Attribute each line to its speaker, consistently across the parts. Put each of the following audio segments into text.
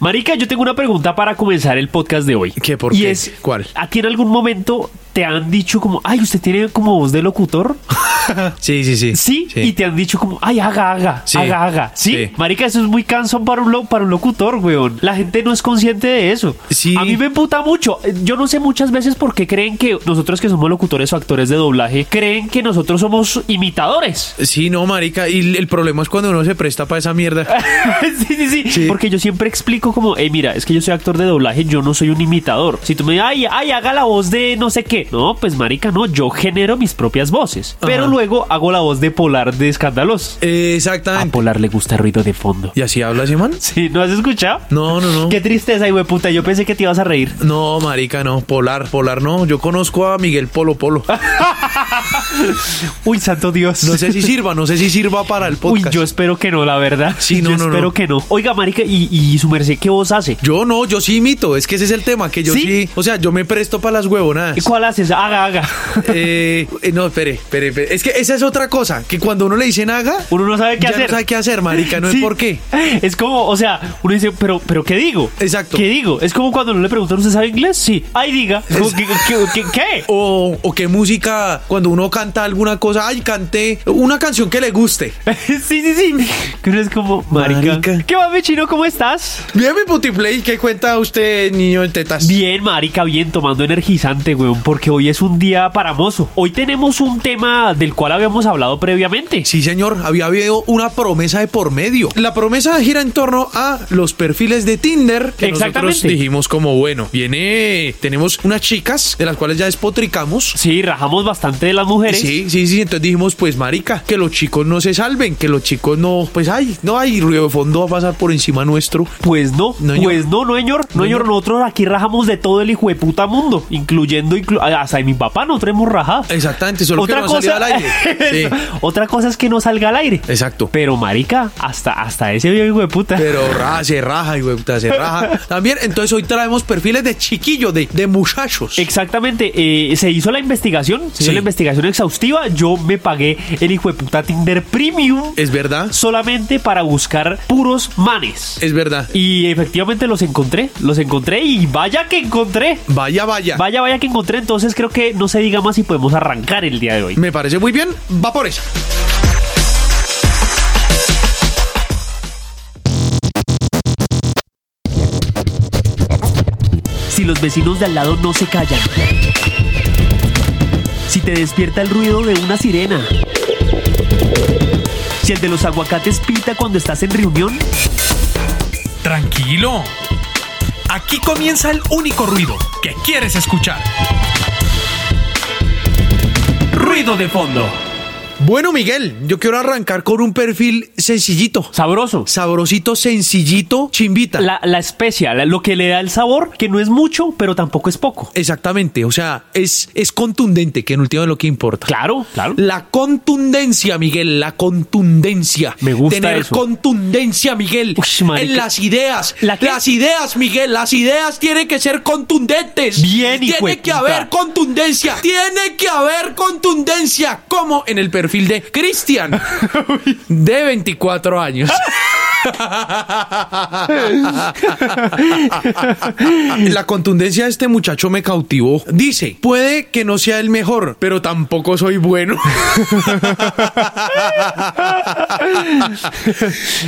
Speaker 1: Marica, yo tengo una pregunta para comenzar el podcast de hoy.
Speaker 2: ¿Qué? ¿Por
Speaker 1: y
Speaker 2: qué?
Speaker 1: es,
Speaker 2: ¿Cuál?
Speaker 1: ¿A ti en algún momento te han dicho como, ay, usted tiene como voz de locutor?
Speaker 2: Sí, sí, sí.
Speaker 1: Sí, y te han dicho como, ay, haga, haga,
Speaker 2: Sí.
Speaker 1: haga, haga. ¿Sí?
Speaker 2: Sí.
Speaker 1: Marica, eso es muy cansón para un, lo- para un locutor, weón. La gente no es consciente de eso.
Speaker 2: Sí.
Speaker 1: A mí me emputa mucho. Eh, Yo no sé muchas veces por qué creen que nosotros que somos locutores o actores de doblaje, creen que nosotros somos imitadores.
Speaker 2: Sí, no, marica. Y el- el problema es cuando uno se presta para esa
Speaker 1: Ah.
Speaker 2: mierda.
Speaker 1: sí, sí, sí,
Speaker 2: Sí.
Speaker 1: Porque yo siempre explico como, eh, mira, es que yo soy actor de doblaje, yo no soy un imitador. Si tú me dices, ay, ay, haga la voz de no sé qué. No, pues marica, no, yo genero mis propias voces. Pero
Speaker 2: Ajá.
Speaker 1: luego hago la voz de Polar de Escándalos.
Speaker 2: Eh,
Speaker 1: A
Speaker 2: exactamente.
Speaker 1: Polar le gusta el ruido de fondo.
Speaker 2: ¿Y así habla ese man?
Speaker 1: Sí, ¿no has escuchado?
Speaker 2: No, no, no.
Speaker 1: pues. Qué tristeza, hijo de puta. Yo pensé que te ibas a reír.
Speaker 2: No, marica, no. Polar, polar, no. Yo conozco a Miguel Polo Polo.
Speaker 1: Ah, Uy, santo Dios.
Speaker 2: No sé si sirva, no sé si sirva para el
Speaker 1: Uy,
Speaker 2: podcast.
Speaker 1: yo espero que no, la verdad.
Speaker 2: Sí, no,
Speaker 1: yo
Speaker 2: no,
Speaker 1: espero
Speaker 2: no.
Speaker 1: que no. Oiga, marica, ¿y, y su merced qué voz hace?
Speaker 2: Yo no, yo sí imito. Es que ese es el tema, que yo
Speaker 1: ¿Sí?
Speaker 2: sí. o sea, yo me presto para las huevonadas.
Speaker 1: ¿Y cuál haces? Haga, haga.
Speaker 2: Eh, eh, no, espere, espere, espere. Es que esa es otra cosa, que cuando uno le dicen haga,
Speaker 1: Uno no sabe qué
Speaker 2: ya
Speaker 1: hacer.
Speaker 2: no sabe qué hacer, marica, no
Speaker 1: Sí.
Speaker 2: es por qué.
Speaker 1: Es como, o sea, uno dice, pero, pero ¿qué digo?
Speaker 2: Exacto.
Speaker 1: ¿Qué digo? Es como cuando no le preguntan, ¿usted sabe inglés? Sí. Ay, diga. Como que- que- que- qué?
Speaker 2: O, o qué música, cuando uno canta alguna cosa, ay, canté una canción que le guste.
Speaker 1: sí, sí, sí. Que uno es como, marica.
Speaker 2: Marica.
Speaker 1: ¿Qué va, mi chino? ¿Cómo estás?
Speaker 2: Bien, mi putiplay, ¿qué cuenta usted, niño de tetas?
Speaker 1: Bien, marica, bien, tomando energizante, weón, porque hoy es un día para mozo. Hoy tenemos un tema del cual habíamos hablado previamente.
Speaker 2: Sí, señor, había habido una promesa de por medio. La promesa gira en torno a los perfiles de Tinder que nosotros
Speaker 1: Exactamente.
Speaker 2: dijimos como, bueno, viene, tenemos unas chicas de las cuales ya despotricamos.
Speaker 1: Sí, rajamos bastante de las mujeres.
Speaker 2: Sí, sí, sí, entonces dijimos, pues marica, que los chicos no se salven, que los chicos no, pues ay, no hay ruido de fondo va a pasar por encima nuestro.
Speaker 1: Pues no,
Speaker 2: No, ñor.
Speaker 1: pues no, no, señor. No, señor, nosotros aquí rajamos de todo el hijo de puta mundo, incluyendo inclu- hasta de mi papá, nosotros hemos rajado.
Speaker 2: Exactamente, solo que no ha salido al aire. Sí,
Speaker 1: otra cosa es que no salga al aire.
Speaker 2: exacto.
Speaker 1: Pero, marica, hasta, hasta ese viejo hijo de puta.
Speaker 2: Pero raja, se raja, y puta, se raja. También, entonces hoy traemos perfiles de chiquillos, de, de muchachos.
Speaker 1: Exactamente, eh, se hizo la investigación, se hizo
Speaker 2: Sí.
Speaker 1: la investigación exhaustiva. Yo me pagué el hijo de puta Tinder Premium
Speaker 2: Es verdad,
Speaker 1: solamente para buscar puros manes.
Speaker 2: es verdad.
Speaker 1: Y efectivamente los encontré, los encontré y vaya que encontré.
Speaker 2: Vaya, vaya.
Speaker 1: Vaya, vaya que encontré. Entonces creo que no se diga más si podemos arrancar el día de hoy.
Speaker 2: Me parece muy bien. Va por esa.
Speaker 1: Si los vecinos de al lado no se callan. Si te despierta el ruido de una sirena. Si el de los aguacates pita cuando estás en reunión.
Speaker 3: Tranquilo. Aquí comienza el único ruido que quieres escuchar. Ruido de fondo.
Speaker 2: Bueno, Miguel, yo quiero arrancar con un perfil sencillito.
Speaker 1: Sabroso.
Speaker 2: Sabrosito, sencillito, chimbita.
Speaker 1: La, la especia, la- lo que le da el sabor, que no es mucho, pero tampoco es poco.
Speaker 2: Exactamente, o sea, es, es contundente, que en último es lo que importa.
Speaker 1: Claro, claro.
Speaker 2: La contundencia, Miguel, la contundencia.
Speaker 1: Me gusta
Speaker 2: Tener
Speaker 1: eso.
Speaker 2: contundencia, Miguel.
Speaker 1: Ush, marica.
Speaker 2: en las ideas.
Speaker 1: ¿La qué?
Speaker 2: las ideas, Miguel. Las ideas tienen que ser contundentes.
Speaker 1: Bien,
Speaker 2: Tiene
Speaker 1: hijueputa.
Speaker 2: que haber contundencia. Tiene que haber contundencia. Como en el perfil de Cristian, de 24 años. La contundencia de este muchacho me cautivó. Dice, puede que no sea el mejor, pero tampoco soy bueno.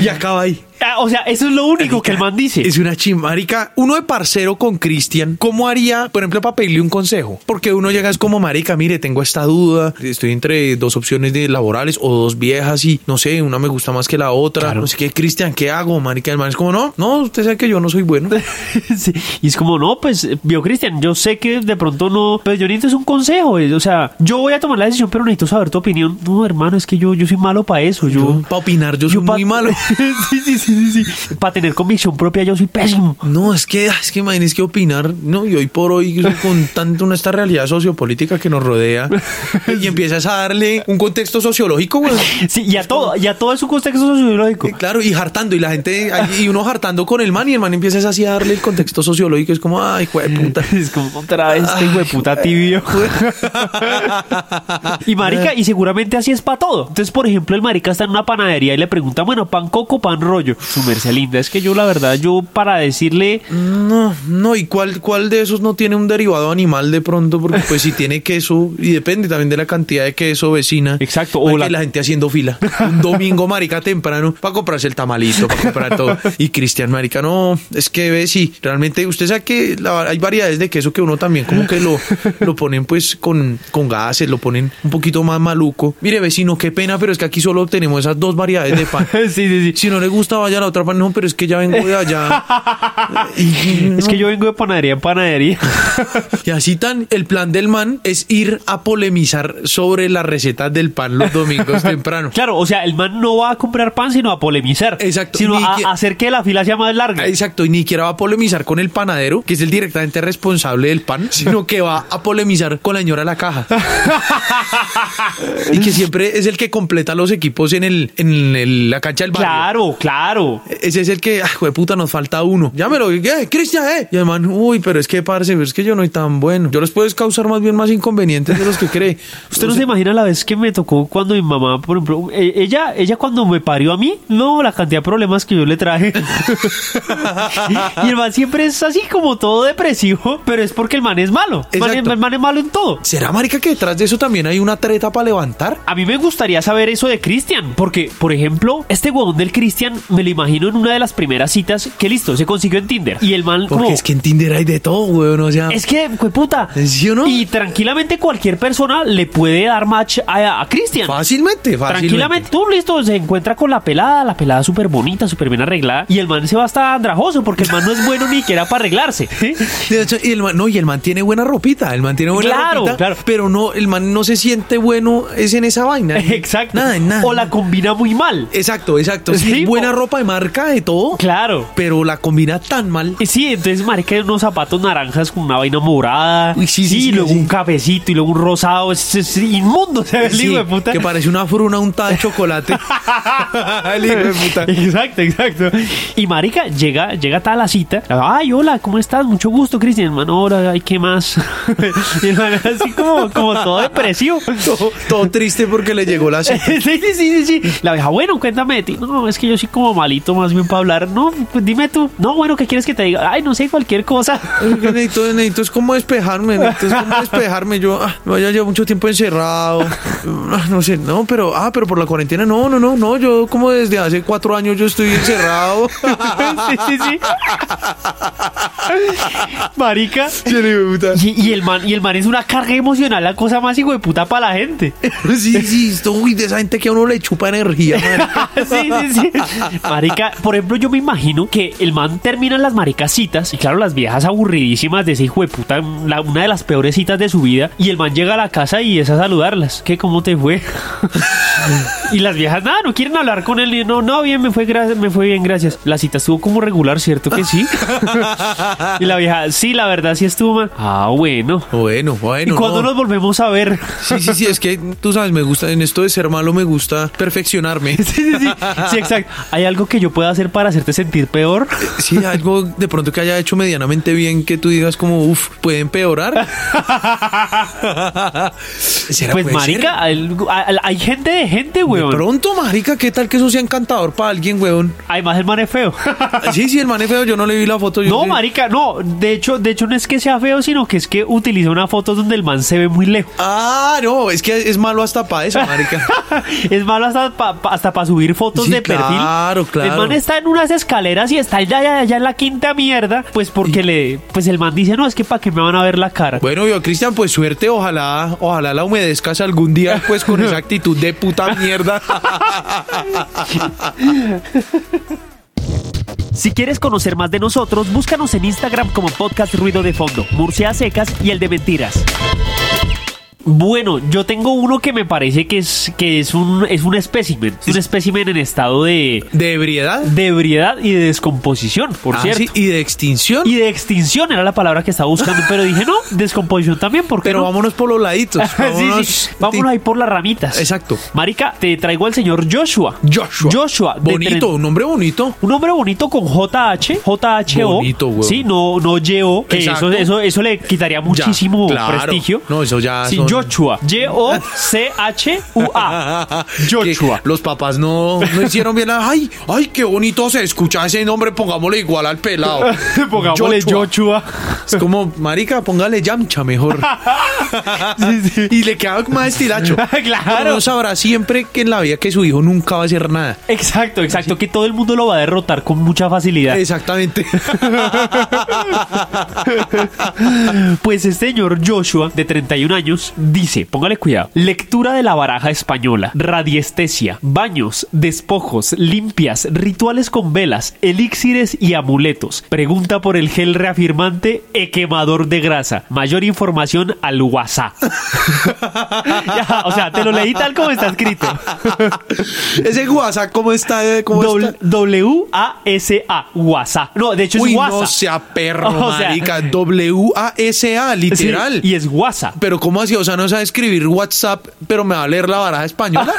Speaker 2: y acaba ahí.
Speaker 1: Ah, o sea, eso es lo único que el man dice.
Speaker 2: Es una chimarica. Uno de parcero con Cristian, ¿cómo haría, por ejemplo, para pedirle un consejo? Porque uno llega es como, marica, mire, tengo esta duda, estoy entre dos opciones de laborales o dos viejas y no sé, una me gusta más que la otra.
Speaker 1: Claro.
Speaker 2: No sé qué, Cristian, ¿qué hago, marica? El man es como, no, no, usted sabe que yo no soy bueno.
Speaker 1: Sí, Y es como, no, pues, eh, vio Cristian, yo sé que de pronto no, pero yo necesito es un consejo, eh, o sea, yo voy a tomar la decisión, pero necesito saber tu opinión. No, hermano, es que yo, yo soy malo para eso, yo...
Speaker 2: para opinar, yo soy
Speaker 1: pa-
Speaker 2: muy malo.
Speaker 1: sí, sí, sí, sí, Para tener convicción propia yo soy pésimo.
Speaker 2: No, es que, es que imagínense que opinar, ¿no? Y hoy por hoy, con tanto una esta realidad sociopolítica que nos rodea, y empiezas a darle un contexto sociológico, güey.
Speaker 1: Sí, y a todo, y a todo es un contexto sociológico.
Speaker 2: Eh, Claro, y hartando, y la gente, ahí- y uno hartando con el man, y el man empieza es así a darle el contexto sociológico, es como, ay, hijo de puta.
Speaker 1: Es como otra vez este hijo de puta tibio. y marica, y seguramente así es para todo. Entonces, por ejemplo, el marica está en una panadería y le pregunta, bueno, pan coco, pan rollo. su merced linda. Es que yo, la verdad, yo para decirle.
Speaker 2: No, no, ¿y cuál, cuál de esos no tiene un derivado animal de pronto? Porque pues si tiene queso, y depende también de la cantidad de queso vecina.
Speaker 1: Exacto, o
Speaker 2: O
Speaker 1: la-
Speaker 2: la... gente haciendo fila. Un domingo, marica, temprano, para comprarse el tamalito, para comprar todo. Y Cristian, marica, no, es que ve, sí, realmente usted sabe que la- hay variedades de queso que uno también como que lo, lo ponen pues con, con gases, lo ponen un poquito más maluco. Mire, vecino, qué pena, pero es que aquí solo tenemos esas dos variedades de pan.
Speaker 1: Sí, sí, sí.
Speaker 2: Si no le gusta, vaya a la otra pan. No, pero es que ya vengo de allá. Y-
Speaker 1: Es que yo vengo de panadería en panadería.
Speaker 2: y así tan, el plan del man es ir a polemizar sobre las recetas del pan los domingos temprano.
Speaker 1: Claro, o sea, el man no va a comprar pan, sino a polemizar.
Speaker 2: Exacto,
Speaker 1: Sino
Speaker 2: ni
Speaker 1: a,
Speaker 2: que-
Speaker 1: a hacer que la fila sea más larga.
Speaker 2: Ah, Exacto, y ni siquiera va a polemizar con el panadero, que es el directamente responsable del pan, sino que va a polemizar con la señora de la caja. y que siempre es el que completa los equipos en, el, en el- la cancha del barrio.
Speaker 1: Claro, claro.
Speaker 2: Ese es el que, ah, de puta, nos falta uno. Llámelo, eh, Cristian, eh. Y el man, uy, pero es que, parce, pero es que yo no soy tan bueno. Yo les puedo causar más bien más inconvenientes de los que cree.
Speaker 1: Usted no se imagina la vez que me tocó cuando mi mamá, por ejemplo, eh, ella, ella cuando me parió a mí, no, la cantidad de problemas que yo le traje. y el man siempre es así como todo depresivo, pero es porque el man es malo. El man, es-
Speaker 2: Exacto.
Speaker 1: el man es malo en todo.
Speaker 2: ¿Será, marica, que detrás de eso también hay una treta para levantar?
Speaker 1: A mí me gustaría saber eso de Cristian, porque, por ejemplo, este huevón del Cristian me lo imagino en una de las primeras citas que listo, se consiguió en Tinder. Y el man
Speaker 2: Porque
Speaker 1: como...
Speaker 2: es que en Tinder hay de todo, weón, o sea...
Speaker 1: Es que, puta.
Speaker 2: ¿Sí o no?
Speaker 1: Y tranquilamente cualquier persona le puede dar match a, a Cristian.
Speaker 2: Fácilmente, fácilmente.
Speaker 1: Tranquilamente, tú listo, se encuentra con la pelada, la pelada súper bonita, súper bien arreglada. Y el man se va hasta andrajoso porque el man no es bueno ni siquiera para arreglarse.
Speaker 2: De hecho, y el man, no, y el man tiene buena ropita, el man tiene buena
Speaker 1: Claro,
Speaker 2: ropita,
Speaker 1: claro.
Speaker 2: pero no, el man no se siente bueno es en esa vaina.
Speaker 1: Exacto.
Speaker 2: Nada, en nada.
Speaker 1: O la combina muy mal.
Speaker 2: Exacto, exacto.
Speaker 1: Sí,
Speaker 2: Sí, buena
Speaker 1: o-
Speaker 2: ropa de marca de todo,
Speaker 1: Claro.
Speaker 2: pero la combina tan mal.
Speaker 1: Y Sí, entonces marica unos zapatos naranjas con una vaina morada.
Speaker 2: Uy, sí, sí,
Speaker 1: y
Speaker 2: sí,
Speaker 1: luego
Speaker 2: sí.
Speaker 1: un cafecito y luego un rosado. Es, es inmundo, se ve el
Speaker 2: Sí,
Speaker 1: hijo de puta.
Speaker 2: Que parece una fruna untada de chocolate. el hijo de puta.
Speaker 1: Exacto, exacto. Y marica, llega, llega tal la cita. Ay, hola, ¿cómo estás? Mucho gusto, Cristian. Hermano, hola, ay, ¿qué más? y el man así como, como todo depresivo.
Speaker 2: Todo, todo triste porque le llegó la cita.
Speaker 1: sí, sí, sí, sí, sí. La vieja, bueno, cuéntame de ti. No, es que yo soy como malito más bien para hablar. No, pues dime tú. No, bueno, ¿qué quieres que te diga? Ay, no sé, cualquier cosa.
Speaker 2: Necesito, necesito es como despejarme, necesito es como despejarme. Yo, ah, no, ya llevo mucho tiempo encerrado. Ah, No sé, no, pero, ah, pero por la cuarentena, no, no, no, no. Yo como desde hace cuatro años yo estoy encerrado.
Speaker 1: sí, sí, sí. Marica.
Speaker 2: Sí, el hijo de puta.
Speaker 1: Y, y el man, y el man es una carga emocional, la cosa más hijo de puta para la gente.
Speaker 2: Sí, sí, esto, uy, de esa gente que a uno le chupa energía, marica.
Speaker 1: sí, sí, sí. Marica, por ejemplo, yo me imagino que el man termina las maricas citas y claro, las viejas aburridísimas de ese hijo de puta, la- una de las peores citas de su vida, y el man llega a la casa y es a saludarlas. ¿Qué, cómo te fue? y las viejas, nada, no quieren hablar con él. Y, No, no, bien, me fue, gra- me fue bien, gracias. La cita estuvo como regular, ¿cierto que sí? y la vieja, sí, la verdad sí estuvo mal. Ah, bueno.
Speaker 2: Bueno,
Speaker 1: ¿Y
Speaker 2: bueno.
Speaker 1: cuándo
Speaker 2: no.
Speaker 1: nos volvemos a ver?
Speaker 2: Sí, sí, sí, es que tú sabes, me gusta, en esto de ser malo me gusta perfeccionarme.
Speaker 1: Sí, sí, sí, sí, exacto. ¿Hay algo que yo pueda hacer para hacerte sentir peor?
Speaker 2: Sí, algo de pronto que haya hecho medianamente bien que tú digas como, uff, puede empeorar. ¿Será,
Speaker 1: Pues,
Speaker 2: puede ser?
Speaker 1: marica, algo- a- a- hay gente de gente,
Speaker 2: De
Speaker 1: weón.
Speaker 2: pronto, marica, ¿qué tal que eso sea encantador para alguien, weón?
Speaker 1: Además, el man es feo.
Speaker 2: Sí, sí, el man es feo, yo no le vi la foto. yo
Speaker 1: No,
Speaker 2: le-
Speaker 1: marica, no. De hecho, de hecho, no es que sea feo, sino que es que utiliza una foto donde el man se ve muy lejos.
Speaker 2: Ah, no, es que es malo hasta para eso, marica.
Speaker 1: es malo hasta para hasta pa subir fotos
Speaker 2: Sí,
Speaker 1: de perfil.
Speaker 2: claro,
Speaker 1: El
Speaker 2: claro.
Speaker 1: man está en unas escaleras y está allá, allá, allá en la quinta mierda. Pues porque le, pues el man dice, no, es que para qué me van a ver la cara.
Speaker 2: Bueno, yo, Cristian, pues suerte, ojalá, ojalá la humedezcas algún día, pues con esa actitud de puta mierda.
Speaker 1: Si quieres conocer más de nosotros, búscanos en Instagram como Podcast Ruido de Fondo, Murcia a Secas y el de Mentiras. Bueno, yo tengo uno que me parece que es, que es un es un espécimen, es un espécimen en estado de,
Speaker 2: ¿De ebriedad?
Speaker 1: de ebriedad y de descomposición, por
Speaker 2: Ah,
Speaker 1: cierto.
Speaker 2: sí, ¿Y de extinción?
Speaker 1: Y de extinción era la palabra que estaba buscando, pero dije no, descomposición también, porque
Speaker 2: Pero vámonos por los laditos. Vámonos,
Speaker 1: Vámonos ahí por las ramitas.
Speaker 2: Exacto.
Speaker 1: Marica, te traigo al señor Joshua.
Speaker 2: Joshua.
Speaker 1: Joshua. de
Speaker 2: Bonito, un nombre bonito.
Speaker 1: Un hombre bonito con JH, JHO.
Speaker 2: Bonito, weón.
Speaker 1: Sí, no, no llevo. Que eso,
Speaker 2: Exacto.
Speaker 1: eso, eso le quitaría muchísimo
Speaker 2: Ya, claro.
Speaker 1: prestigio.
Speaker 2: No, eso ya
Speaker 1: Sí,
Speaker 2: son
Speaker 1: Joshua. Y-O-C-H-U-A. Joshua.
Speaker 2: Que los papás no, no hicieron bien. la- Ay, ay, qué bonito se escucha ese nombre. Pongámosle igual al pelado.
Speaker 1: Pongámosle
Speaker 2: Joshua.
Speaker 1: Joshua.
Speaker 2: Es como, marica, póngale Yamcha mejor. Y le queda más estilacho.
Speaker 1: Claro.
Speaker 2: Pero uno sabrá siempre que en la vida que su hijo nunca va a hacer nada.
Speaker 1: Exacto, exacto. Que todo el mundo lo va a derrotar con mucha facilidad.
Speaker 2: Exactamente.
Speaker 1: Pues este señor Joshua, de 31 años, dice, póngale cuidado, lectura de la baraja española, radiestesia, baños, despojos, limpias, rituales con velas, elixires y amuletos. Pregunta por el gel reafirmante e quemador de grasa. Mayor información al WhatsApp. Ya, o sea, te lo leí tal como está escrito.
Speaker 2: Ese WhatsApp, ¿cómo está? eh? ¿Cómo
Speaker 1: Doble-
Speaker 2: está?
Speaker 1: W-A-S-A, WhatsApp. No, de hecho es
Speaker 2: Uy,
Speaker 1: WhatsApp.
Speaker 2: no sea perro,
Speaker 1: O sea,
Speaker 2: marica. W-A-S-A,
Speaker 1: sí,
Speaker 2: literal.
Speaker 1: y es WhatsApp.
Speaker 2: Pero ¿cómo así? O sea, no sabe escribir WhatsApp, pero me va a leer la baraja española.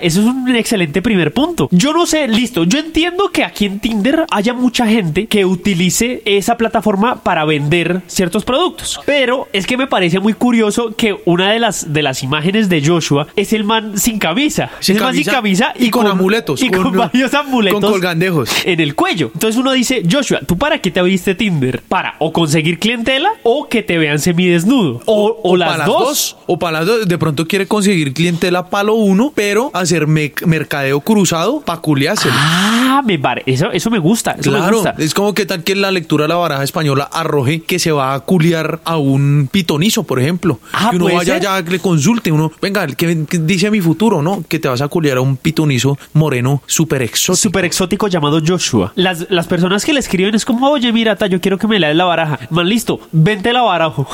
Speaker 1: Eso es un excelente primer punto. Yo no sé, listo, yo entiendo que aquí en Tinder haya mucha gente que utilice esa plataforma para vender ciertos productos. Pero es que me parece muy curioso que una de las, de las imágenes de Joshua es el man sin camisa.
Speaker 2: Sin
Speaker 1: es el man sin
Speaker 2: camisa
Speaker 1: camisa
Speaker 2: y con amuletos,
Speaker 1: Y con,
Speaker 2: con-
Speaker 1: varios amuletos.
Speaker 2: con colgandejos.
Speaker 1: En el cuello. Entonces uno dice, Joshua, ¿tú para qué te abriste Tinder? Para o conseguir clientela o que te vean semidesnudo. O, o,
Speaker 2: Pa'
Speaker 1: las, dos.
Speaker 2: O para las dos. De pronto quiere conseguir clientela palo uno, pero hacer me- mercadeo cruzado para culiarse.
Speaker 1: Ah, me pare- eso, eso me gusta. Eso me
Speaker 2: Claro,
Speaker 1: gusta.
Speaker 2: es como que tal que en la lectura de la baraja española arroje que se va a culiar a un pitonizo, por ejemplo.
Speaker 1: Ah,
Speaker 2: que uno
Speaker 1: ¿puede
Speaker 2: vaya
Speaker 1: ser?
Speaker 2: ya le consulte, uno, venga, que, que dice mi futuro, ¿no? Que te vas a culiar a un pitonizo moreno súper exótico.
Speaker 1: Súper exótico llamado Joshua. Las, las personas que le escriben es como, oye, mira, ta, yo quiero que me leas la baraja. Man, listo, vente la barajo.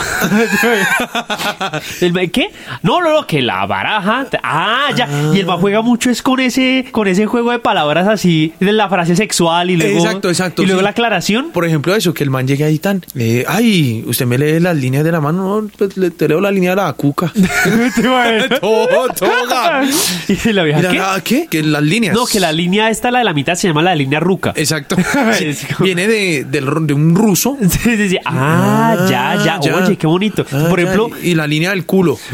Speaker 1: El man, ¿Qué? No, no, no, que la baraja. Ah, ya. Y el man juega mucho es con ese, con ese juego de palabras así, de la frase sexual y luego.
Speaker 2: Exacto, exacto,
Speaker 1: Y luego
Speaker 2: sí.
Speaker 1: la aclaración.
Speaker 2: Por ejemplo, eso, que el man llegue ahí tan, eh, ay, usted me lee las líneas de la mano, no, pues, le- te leo la línea de la cuca. todo, todo, ga-
Speaker 1: y la vieja,
Speaker 2: Mira,
Speaker 1: ¿qué?
Speaker 2: ah, ¿qué? Que las líneas.
Speaker 1: No, que la línea esta, la de la mitad, se llama la línea ruca.
Speaker 2: Exacto. Sí,
Speaker 1: Es como-
Speaker 2: Viene de, del ru- de un ruso.
Speaker 1: Sí, sí, sí. Ah, ya, ya, Oye, qué bonito.
Speaker 2: Ah,
Speaker 1: Por
Speaker 2: ya,
Speaker 1: ejemplo.
Speaker 2: Y la línea del culo.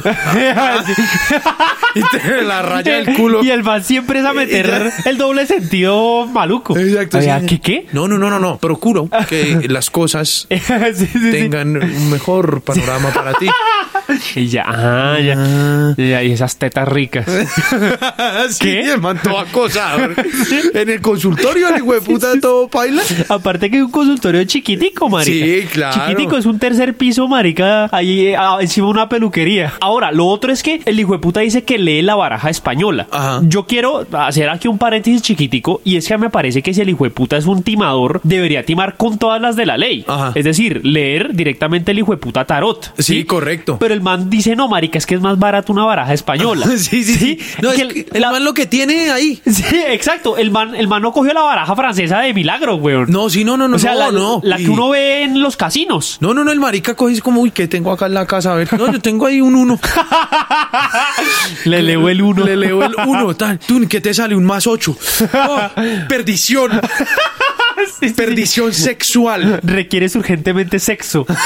Speaker 2: Y te- la raya del culo.
Speaker 1: Y el man siempre es a meter el doble sentido maluco.
Speaker 2: Exacto.
Speaker 1: Oiga,
Speaker 2: sí.
Speaker 1: ¿Qué qué?
Speaker 2: No, no, no, no, no. Procuro que las cosas
Speaker 1: Sí, sí, sí.
Speaker 2: tengan un mejor panorama para ti.
Speaker 1: Y ya, ah, ya. Y ahí esas tetas ricas.
Speaker 2: Sí,
Speaker 1: ¿Qué?
Speaker 2: el man todo acosado. En el consultorio, el hijo de puta todo baila.
Speaker 1: Aparte que es un consultorio chiquitico, marica.
Speaker 2: Sí, claro.
Speaker 1: Chiquitico, es un tercer piso, marica, ahí eh, ah, encima de una peluquería. Ahora, lo otro es que el hijo de puta dice que lee la baraja española.
Speaker 2: Ajá.
Speaker 1: Yo quiero hacer aquí un paréntesis chiquitico y es que me parece que si el hijo de puta es un timador, debería timar con todas las de la ley.
Speaker 2: Ajá.
Speaker 1: Es decir, leer directamente el hijo de puta tarot.
Speaker 2: Sí, correcto.
Speaker 1: Pero el man dice, no, marica, es que es más barato una baraja española.
Speaker 2: Sí, sí, sí. No,
Speaker 1: que
Speaker 2: es
Speaker 1: el-
Speaker 2: que el
Speaker 1: la-
Speaker 2: man lo que tiene ahí.
Speaker 1: Sí, exacto. El man, el man no cogió la baraja francesa de milagro, weón.
Speaker 2: No, sí, no, no, no.
Speaker 1: O sea,
Speaker 2: no,
Speaker 1: la,
Speaker 2: no.
Speaker 1: la que
Speaker 2: Y-
Speaker 1: uno ve en los casinos.
Speaker 2: No, no, no, el marica coge y es como, uy, ¿qué tengo acá en la casa? A ver, no, yo tengo ahí un uno.
Speaker 1: Le leo el uno.
Speaker 2: Le leo el uno, tal. Tú, ¿qué te sale? Un más ocho. Oh, perdición.
Speaker 1: Ah, Sí, sí,
Speaker 2: Perdición sexual.
Speaker 1: sí. Requieres urgentemente sexo.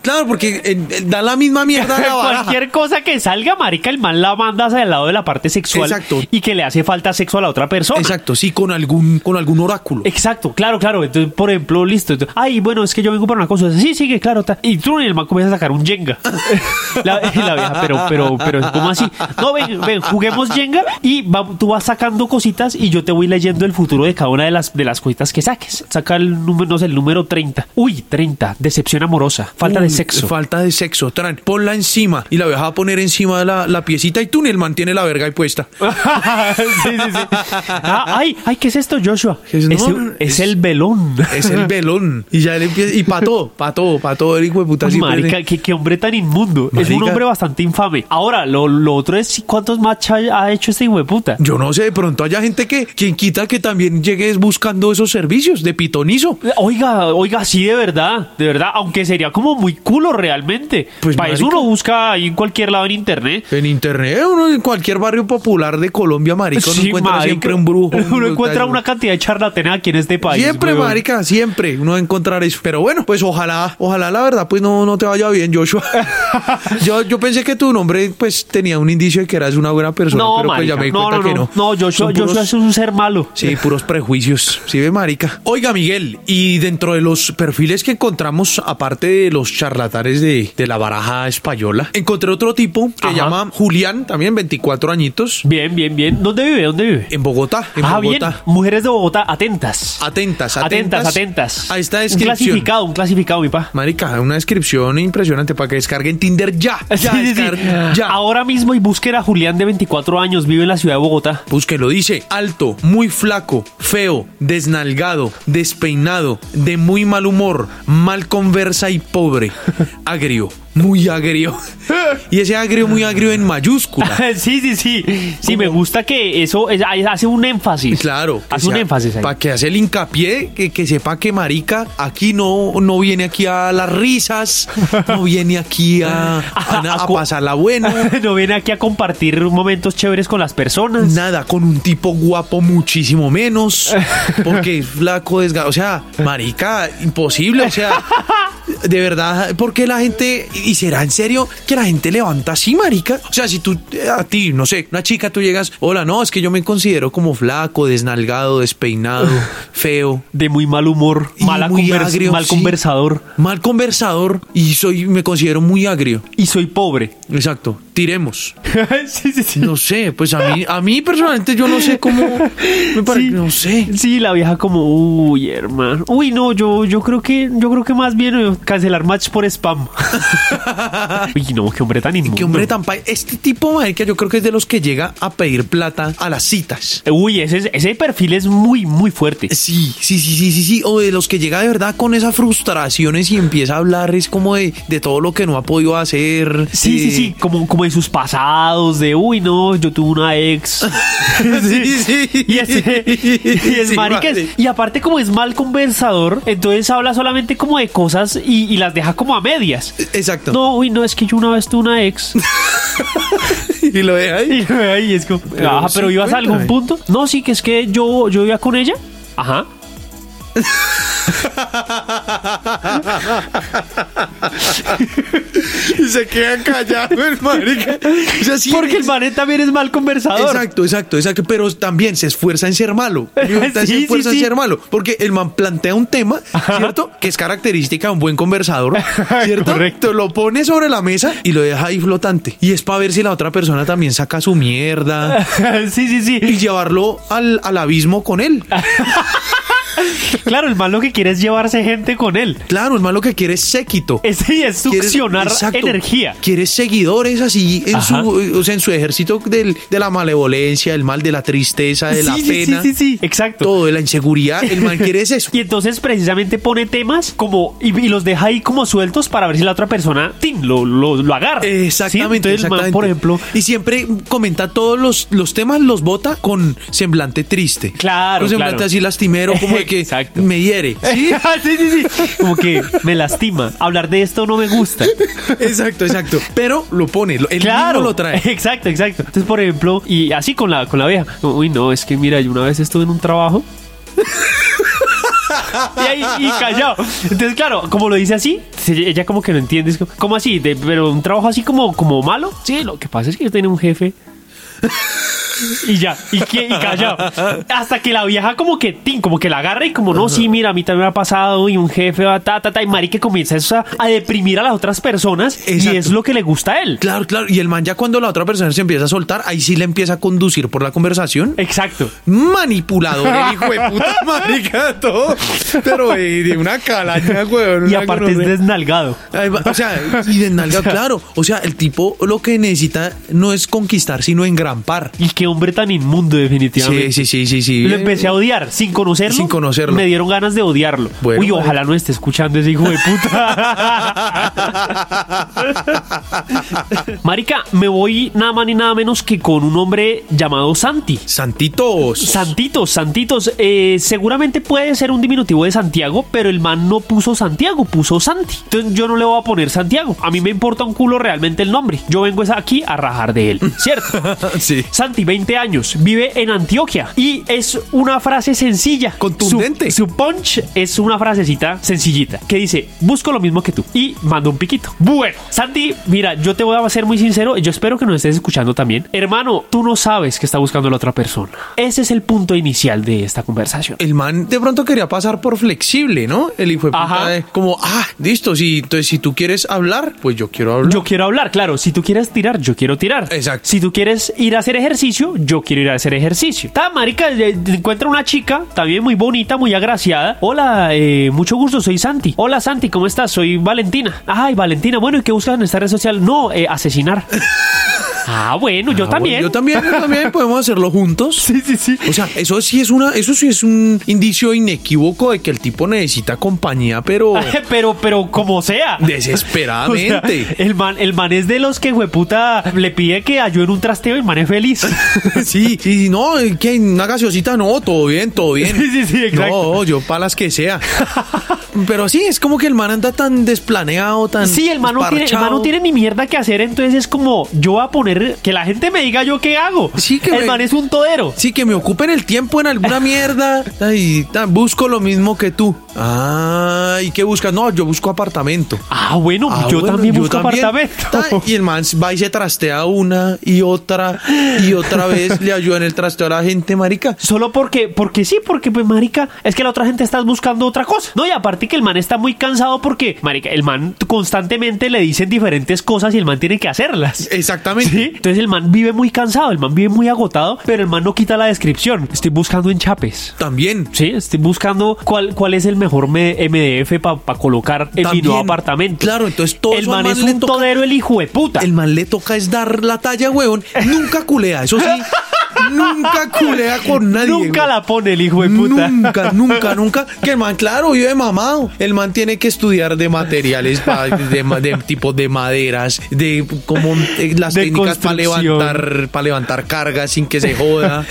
Speaker 2: Claro, porque eh, eh, da la misma mierda la baraja.
Speaker 1: Cualquier cosa que salga, marica, el man la manda hacia el lado de la parte sexual.
Speaker 2: Exacto.
Speaker 1: Y que le hace falta sexo a la otra persona.
Speaker 2: Exacto, sí, con algún, con algún oráculo.
Speaker 1: Exacto, claro, claro. Entonces, por ejemplo, listo. Entonces, Ay, bueno, es que yo vengo para una cosa. Sí, sigue, claro. ta. Y tú y el man comienza a sacar un Jenga. la, y la vieja, pero, pero, pero, ¿cómo así? No, ven, ven, juguemos Jenga y va- tú vas sacando cositas y yo te voy leyendo el futuro de cada una de las, de las cositas que saques. Saca el número, no sé, el número 30. Uy, 30. Decepción amorosa. Falta
Speaker 2: Uy,
Speaker 1: de sexo.
Speaker 2: Falta de sexo. Tran, ponla encima y la vieja va a poner encima de la, la piecita y tú ni el mantiene la verga ahí puesta.
Speaker 1: Sí, sí, sí. Ah, ay, ay, ¿qué es esto, Joshua?
Speaker 2: Es- no,
Speaker 1: Este- es,
Speaker 2: es-
Speaker 1: el velón.
Speaker 2: Es el velón. Y ya le empieza. Y pa' todo, pa' todo, pa' todo, el hijo de puta.
Speaker 1: Uy,
Speaker 2: siempre
Speaker 1: marica,
Speaker 2: le-
Speaker 1: qué, qué hombre tan inmundo. Es un
Speaker 2: Pues Marica.
Speaker 1: hombre bastante infame. Ahora, lo, lo otro es cuántos match ha, ha hecho este hijo de puta.
Speaker 2: Yo no sé, de pronto haya gente que, quien quita que también llegues buscando esos servicios de pitonizo.
Speaker 1: Oiga, oiga, sí, de verdad, de verdad, aunque sería como muy culo realmente.
Speaker 2: Pues,
Speaker 1: Para eso
Speaker 2: marica.
Speaker 1: uno busca ahí en cualquier lado en internet.
Speaker 2: En internet, uno en cualquier barrio popular de Colombia, marica, uno
Speaker 1: Sí,
Speaker 2: encuentra
Speaker 1: marica.
Speaker 2: siempre un brujo. un
Speaker 1: Uno encuentra
Speaker 2: tal-
Speaker 1: una cantidad de charlatanes aquí en este país.
Speaker 2: Siempre,
Speaker 1: weón.
Speaker 2: marica, siempre uno va a encontrar eso. Pero bueno, pues ojalá, ojalá la verdad, pues no, no te vaya bien, Joshua. yo, yo pensé que tu nombre, pues tenía un indicio de que eras una buena persona,
Speaker 1: No,
Speaker 2: pero pues
Speaker 1: marica,
Speaker 2: ya me di
Speaker 1: no,
Speaker 2: cuenta
Speaker 1: no,
Speaker 2: que
Speaker 1: no,
Speaker 2: no.
Speaker 1: no, Joshua,
Speaker 2: Son puros-
Speaker 1: Joshua es un ser malo.
Speaker 2: Sí, puros prejuicios. Sí, ve, marica. Oiga, Miguel, y dentro de los perfiles que encontramos, aparte de los charlatanes de, de la baraja española, encontré otro tipo que
Speaker 1: Ajá.
Speaker 2: llama Julián, también 24 añitos,
Speaker 1: Bien, bien, bien. ¿Dónde vive? ¿Dónde vive?
Speaker 2: en Bogotá, en
Speaker 1: ah,
Speaker 2: Bogotá.
Speaker 1: bien. Mujeres de Bogotá, atentas.
Speaker 2: Atentas,
Speaker 1: atentas,
Speaker 2: atentas.
Speaker 1: atentas.
Speaker 2: A esta
Speaker 1: Un
Speaker 2: descripción.
Speaker 1: clasificado, un clasificado, mi pa.
Speaker 2: Marica, una descripción impresionante para que descarguen Tinder ya. Ya,
Speaker 1: Sí, Ah. sí, sí.
Speaker 2: descarguen ya.
Speaker 1: Ahora mismo y busquen a Julián de 24 años, vive en la ciudad de Bogotá.
Speaker 2: Búsquelo, Pues dice alto, muy flaco, feo, desnalgado, despeinado, de muy mal humor, mal conversa y pobre. Agrio, muy agrio. Y ese agrio, muy agrio en mayúscula.
Speaker 1: sí, sí, sí. Sí, me gusta que eso es- ahí hace un énfasis.
Speaker 2: Claro.
Speaker 1: Hace un énfasis ahí.
Speaker 2: Para que hace el hincapié, que, que sepa que marica aquí no, no viene aquí a las risas, no viene aquí a, a,
Speaker 1: A- a
Speaker 2: a
Speaker 1: cu-
Speaker 2: pasarla buena.
Speaker 1: no viene aquí a compartir momentos chéveres con las personas.
Speaker 2: Nada, con un tipo guapo muchísimo menos, porque es flaco, desgastado, o sea, marica, imposible, o sea, de verdad, porque la gente, y será en serio que la gente levanta así, marica, o sea, si tú, eh, a ti, no sé, una chica, tú llegas, hola, no, es que yo me considero como flaco, desnalgado, despeinado, feo,
Speaker 1: De muy mal humor,
Speaker 2: y
Speaker 1: mala
Speaker 2: muy
Speaker 1: convers-
Speaker 2: agrio,
Speaker 1: mal
Speaker 2: sí.
Speaker 1: conversador.
Speaker 2: mal conversador, y soy, me considero muy agrio,
Speaker 1: Y soy pobre.
Speaker 2: exacto, tiremos.
Speaker 1: sí, sí, sí.
Speaker 2: No sé, pues a mí, a mí personalmente yo no sé cómo. Me pare-
Speaker 1: Sí.
Speaker 2: No sé.
Speaker 1: Sí, la vieja como, uy, hermano. Uy, no, yo, yo creo que, yo creo que más bien eh, cancelar match por spam. uy, no, qué hombre tan inmundo.
Speaker 2: Qué hombre tan pa- Este tipo, marica, yo creo que es de los que llega a pedir plata a las citas.
Speaker 1: Uy, ese, ese perfil es muy, muy fuerte.
Speaker 2: Sí, sí, sí, sí, sí, sí. O de los que llega de verdad con esas frustraciones y empieza a hablar, es como de, de todo lo que no ha podido hacer.
Speaker 1: Sí, sí,
Speaker 2: eh,
Speaker 1: sí, como, como de sus pasados, de uy, no, yo tuve una ex.
Speaker 2: Sí, sí.
Speaker 1: Y, ese- y el
Speaker 2: Sí,
Speaker 1: marica es-
Speaker 2: vale.
Speaker 1: y aparte, como es mal conversador, entonces habla solamente como de cosas y, y las deja como a medias.
Speaker 2: eh, Exacto.
Speaker 1: No, uy, no, es que yo una vez tuve una ex.
Speaker 2: Y lo deja ahí.
Speaker 1: Y ahí es como,
Speaker 2: Pero
Speaker 1: ajá,
Speaker 2: sí,
Speaker 1: pero ibas a algún
Speaker 2: cuéntame.
Speaker 1: punto. No, sí, que es que yo, yo iba con ella. Ajá.
Speaker 2: Y se queda callado el marica. O sea, sí,
Speaker 1: Porque el mané también es mal conversador.
Speaker 2: Exacto, exacto, exacto. Pero también se esfuerza en ser malo.
Speaker 1: Sí, sí,
Speaker 2: se esfuerza
Speaker 1: sí.
Speaker 2: en ser malo. Porque el man plantea un tema, ¿cierto? Que es característica de un buen conversador, ¿cierto?
Speaker 1: Correcto.
Speaker 2: Te Lo pone sobre la mesa y lo deja ahí flotante. Y es para ver si la otra persona también saca su mierda
Speaker 1: sí, sí, sí.
Speaker 2: y llevarlo al, al abismo con él.
Speaker 1: Ah. Claro, el man lo que quiere es llevarse gente con él.
Speaker 2: Claro, el man lo que quiere es séquito.
Speaker 1: Es, y es
Speaker 2: Quiere-
Speaker 1: succionar
Speaker 2: exacto.
Speaker 1: energía.
Speaker 2: Quiere seguidores así en
Speaker 1: Ajá.
Speaker 2: su, o sea, en su ejército del- de la malevolencia, del mal, de la tristeza, de la
Speaker 1: sí, sí,
Speaker 2: pena.
Speaker 1: sí, sí, sí. Exacto.
Speaker 2: Todo, de la inseguridad. El man quiere es eso.
Speaker 1: Y entonces precisamente pone temas como y, y los deja ahí como sueltos para ver si la otra persona tin, lo, lo, lo agarra. ¿sí?
Speaker 2: Exactamente,
Speaker 1: Entonces, el man,
Speaker 2: exactamente.
Speaker 1: por ejemplo,
Speaker 2: Y siempre comenta todos los, los temas, los bota con semblante triste.
Speaker 1: Claro,
Speaker 2: Un semblante
Speaker 1: claro.
Speaker 2: así lastimero, como de que
Speaker 1: Exacto.
Speaker 2: me hiere. ¿sí?
Speaker 1: sí, sí, sí. Como que me lastima. Hablar de esto no me gusta.
Speaker 2: exacto, exacto. Pero lo pone, lo- él
Speaker 1: Claro.
Speaker 2: mismo lo trae.
Speaker 1: Exacto, exacto. Entonces, por ejemplo, y así con la con la vieja. Uy, no, es que mira, yo una vez estuve en un trabajo. Y ahí, y callado. Entonces, claro, como lo dice así, se- ella como que no entiende. es como, ¿Cómo así? De- pero un trabajo así como, como malo. Sí, lo que pasa es que yo tenía un jefe. Y ya, y, que- y callado. Hasta que la vieja como que, tin, como que la agarra y como, no, sí, mira, a mí también me ha pasado y un jefe va, ta, ta, ta, y Mari que comienza eso a, a deprimir a las otras personas y
Speaker 2: Exacto.
Speaker 1: es lo que le gusta a él.
Speaker 2: Claro, claro. Y el man ya cuando la otra persona se empieza a soltar, ahí sí le empieza a conducir por la conversación.
Speaker 1: Exacto.
Speaker 2: Manipulador, el hijo de puta marica, todo. Pero eh, de una calaña, weón.
Speaker 1: Y
Speaker 2: una
Speaker 1: aparte es
Speaker 2: gonorrea.
Speaker 1: desnalgado.
Speaker 2: Ay, va- O sea, y de nalga, claro. O sea, el tipo lo que necesita no es conquistar, sino engrampar.
Speaker 1: Y qué qué hombre tan inmundo, definitivamente.
Speaker 2: Sí, sí, sí, sí, sí.
Speaker 1: Lo empecé a odiar, sin conocerlo.
Speaker 2: Sin conocerlo.
Speaker 1: Me dieron ganas de odiarlo.
Speaker 2: Bueno,
Speaker 1: Uy,
Speaker 2: marica.
Speaker 1: ojalá no esté escuchando ese hijo de puta. Marica, me voy nada más ni nada menos que con un hombre llamado Santi.
Speaker 2: Santitos.
Speaker 1: Santitos, Santitos. eh, seguramente puede ser un diminutivo de Santiago, pero el man no puso Santiago, puso Santi. Entonces yo no le voy a poner Santiago. A mí me importa un culo realmente el nombre. Yo vengo es aquí a rajar de él, ¿cierto?
Speaker 2: sí.
Speaker 1: Santi, 20 años, vive en Antioquia y es una frase sencilla.
Speaker 2: Contundente.
Speaker 1: Su, su punch es una frasecita sencillita que dice, busco lo mismo que tú y mando un piquito. Bueno, Santi, mira, yo te voy a ser muy sincero, yo espero que nos estés escuchando también. Hermano, tú no sabes que está buscando la otra persona. Ese es el punto inicial de esta conversación.
Speaker 2: El man de pronto quería pasar por flexible, ¿no? El hijo de puta
Speaker 1: Ajá.
Speaker 2: de- como, ah, listo, si, entonces si tú quieres hablar, pues yo quiero hablar.
Speaker 1: Yo quiero hablar, claro. Si tú quieres tirar, yo quiero tirar.
Speaker 2: Exacto.
Speaker 1: Si tú quieres ir a hacer ejercicio, yo quiero ir a hacer ejercicio. Ta marica, eh, te encuentra una chica, también muy bonita, muy agraciada. Hola, eh, mucho gusto, soy Santi. Hola, Santi, ¿cómo estás? Soy Valentina. Ay, Valentina, bueno, ¿y qué buscas en esta red social? No, eh, asesinar. ah, bueno, yo
Speaker 2: Ah,
Speaker 1: también.
Speaker 2: bueno, Yo también, yo también podemos hacerlo juntos.
Speaker 1: Sí, sí, sí.
Speaker 2: O sea, eso sí es una, eso sí es un indicio inequívoco de que el tipo necesita compañía, pero
Speaker 1: pero, pero como sea. O sea,
Speaker 2: desesperadamente.
Speaker 1: el, man, el man es de los que, hueputa, le pide que ayude en un trasteo y el man es feliz.
Speaker 2: Sí, sí, sí, no, que una gaseosita, no, todo bien, todo bien.
Speaker 1: Sí, sí, sí, exacto.
Speaker 2: No, yo para las que sea. Pero sí, es como que el man anda tan desplaneado, tan.
Speaker 1: Sí, el man, no tiene, el man no
Speaker 2: desparchado.
Speaker 1: tiene ni mierda que hacer, entonces es como yo voy a poner que la gente me diga yo qué hago.
Speaker 2: Sí, que
Speaker 1: el
Speaker 2: me-
Speaker 1: man es un todero.
Speaker 2: Sí, que me ocupen el tiempo en alguna mierda. Ay, ta- busco lo mismo que tú. Ah, ¿y qué buscas? No, yo busco apartamento.
Speaker 1: Ah, bueno,
Speaker 2: Ah,
Speaker 1: yo
Speaker 2: bueno,
Speaker 1: también busco
Speaker 2: también.
Speaker 1: apartamento.
Speaker 2: Ta- Y el man va y se trastea una y otra y otra vez le ayuda en el trasteo a la gente, marica.
Speaker 1: Solo porque, porque sí, porque pues marica, es que la otra gente está buscando otra cosa. No, y aparte que el man está muy cansado porque, marica, el man constantemente le dicen diferentes cosas y el man tiene que hacerlas.
Speaker 2: Exactamente.
Speaker 1: Sí, entonces el man vive muy cansado, el man vive muy agotado, pero el man no quita la descripción. Estoy buscando en Chapes.
Speaker 2: También.
Speaker 1: Sí, estoy buscando cuál, cuál es el mejor me- MDF para colocar en mi
Speaker 2: También,
Speaker 1: nuevo apartamento.
Speaker 2: claro, entonces todo
Speaker 1: El
Speaker 2: eso al
Speaker 1: man
Speaker 2: man
Speaker 1: es
Speaker 2: le
Speaker 1: un
Speaker 2: toca-
Speaker 1: todero, el hijo de puta.
Speaker 2: El man le toca es dar la talla, weón. Nunca culea, eso sí. Nunca culea con nadie.
Speaker 1: Nunca
Speaker 2: weón.
Speaker 1: la pone el hijo de puta.
Speaker 2: Nunca, nunca, nunca. Que el man, claro, vive mamado. El man tiene que estudiar de materiales, pa- de, ma- de tipos de maderas, de cómo eh, las
Speaker 1: De
Speaker 2: técnicas para
Speaker 1: construcción.
Speaker 2: levantar, para levantar cargas sin que se joda.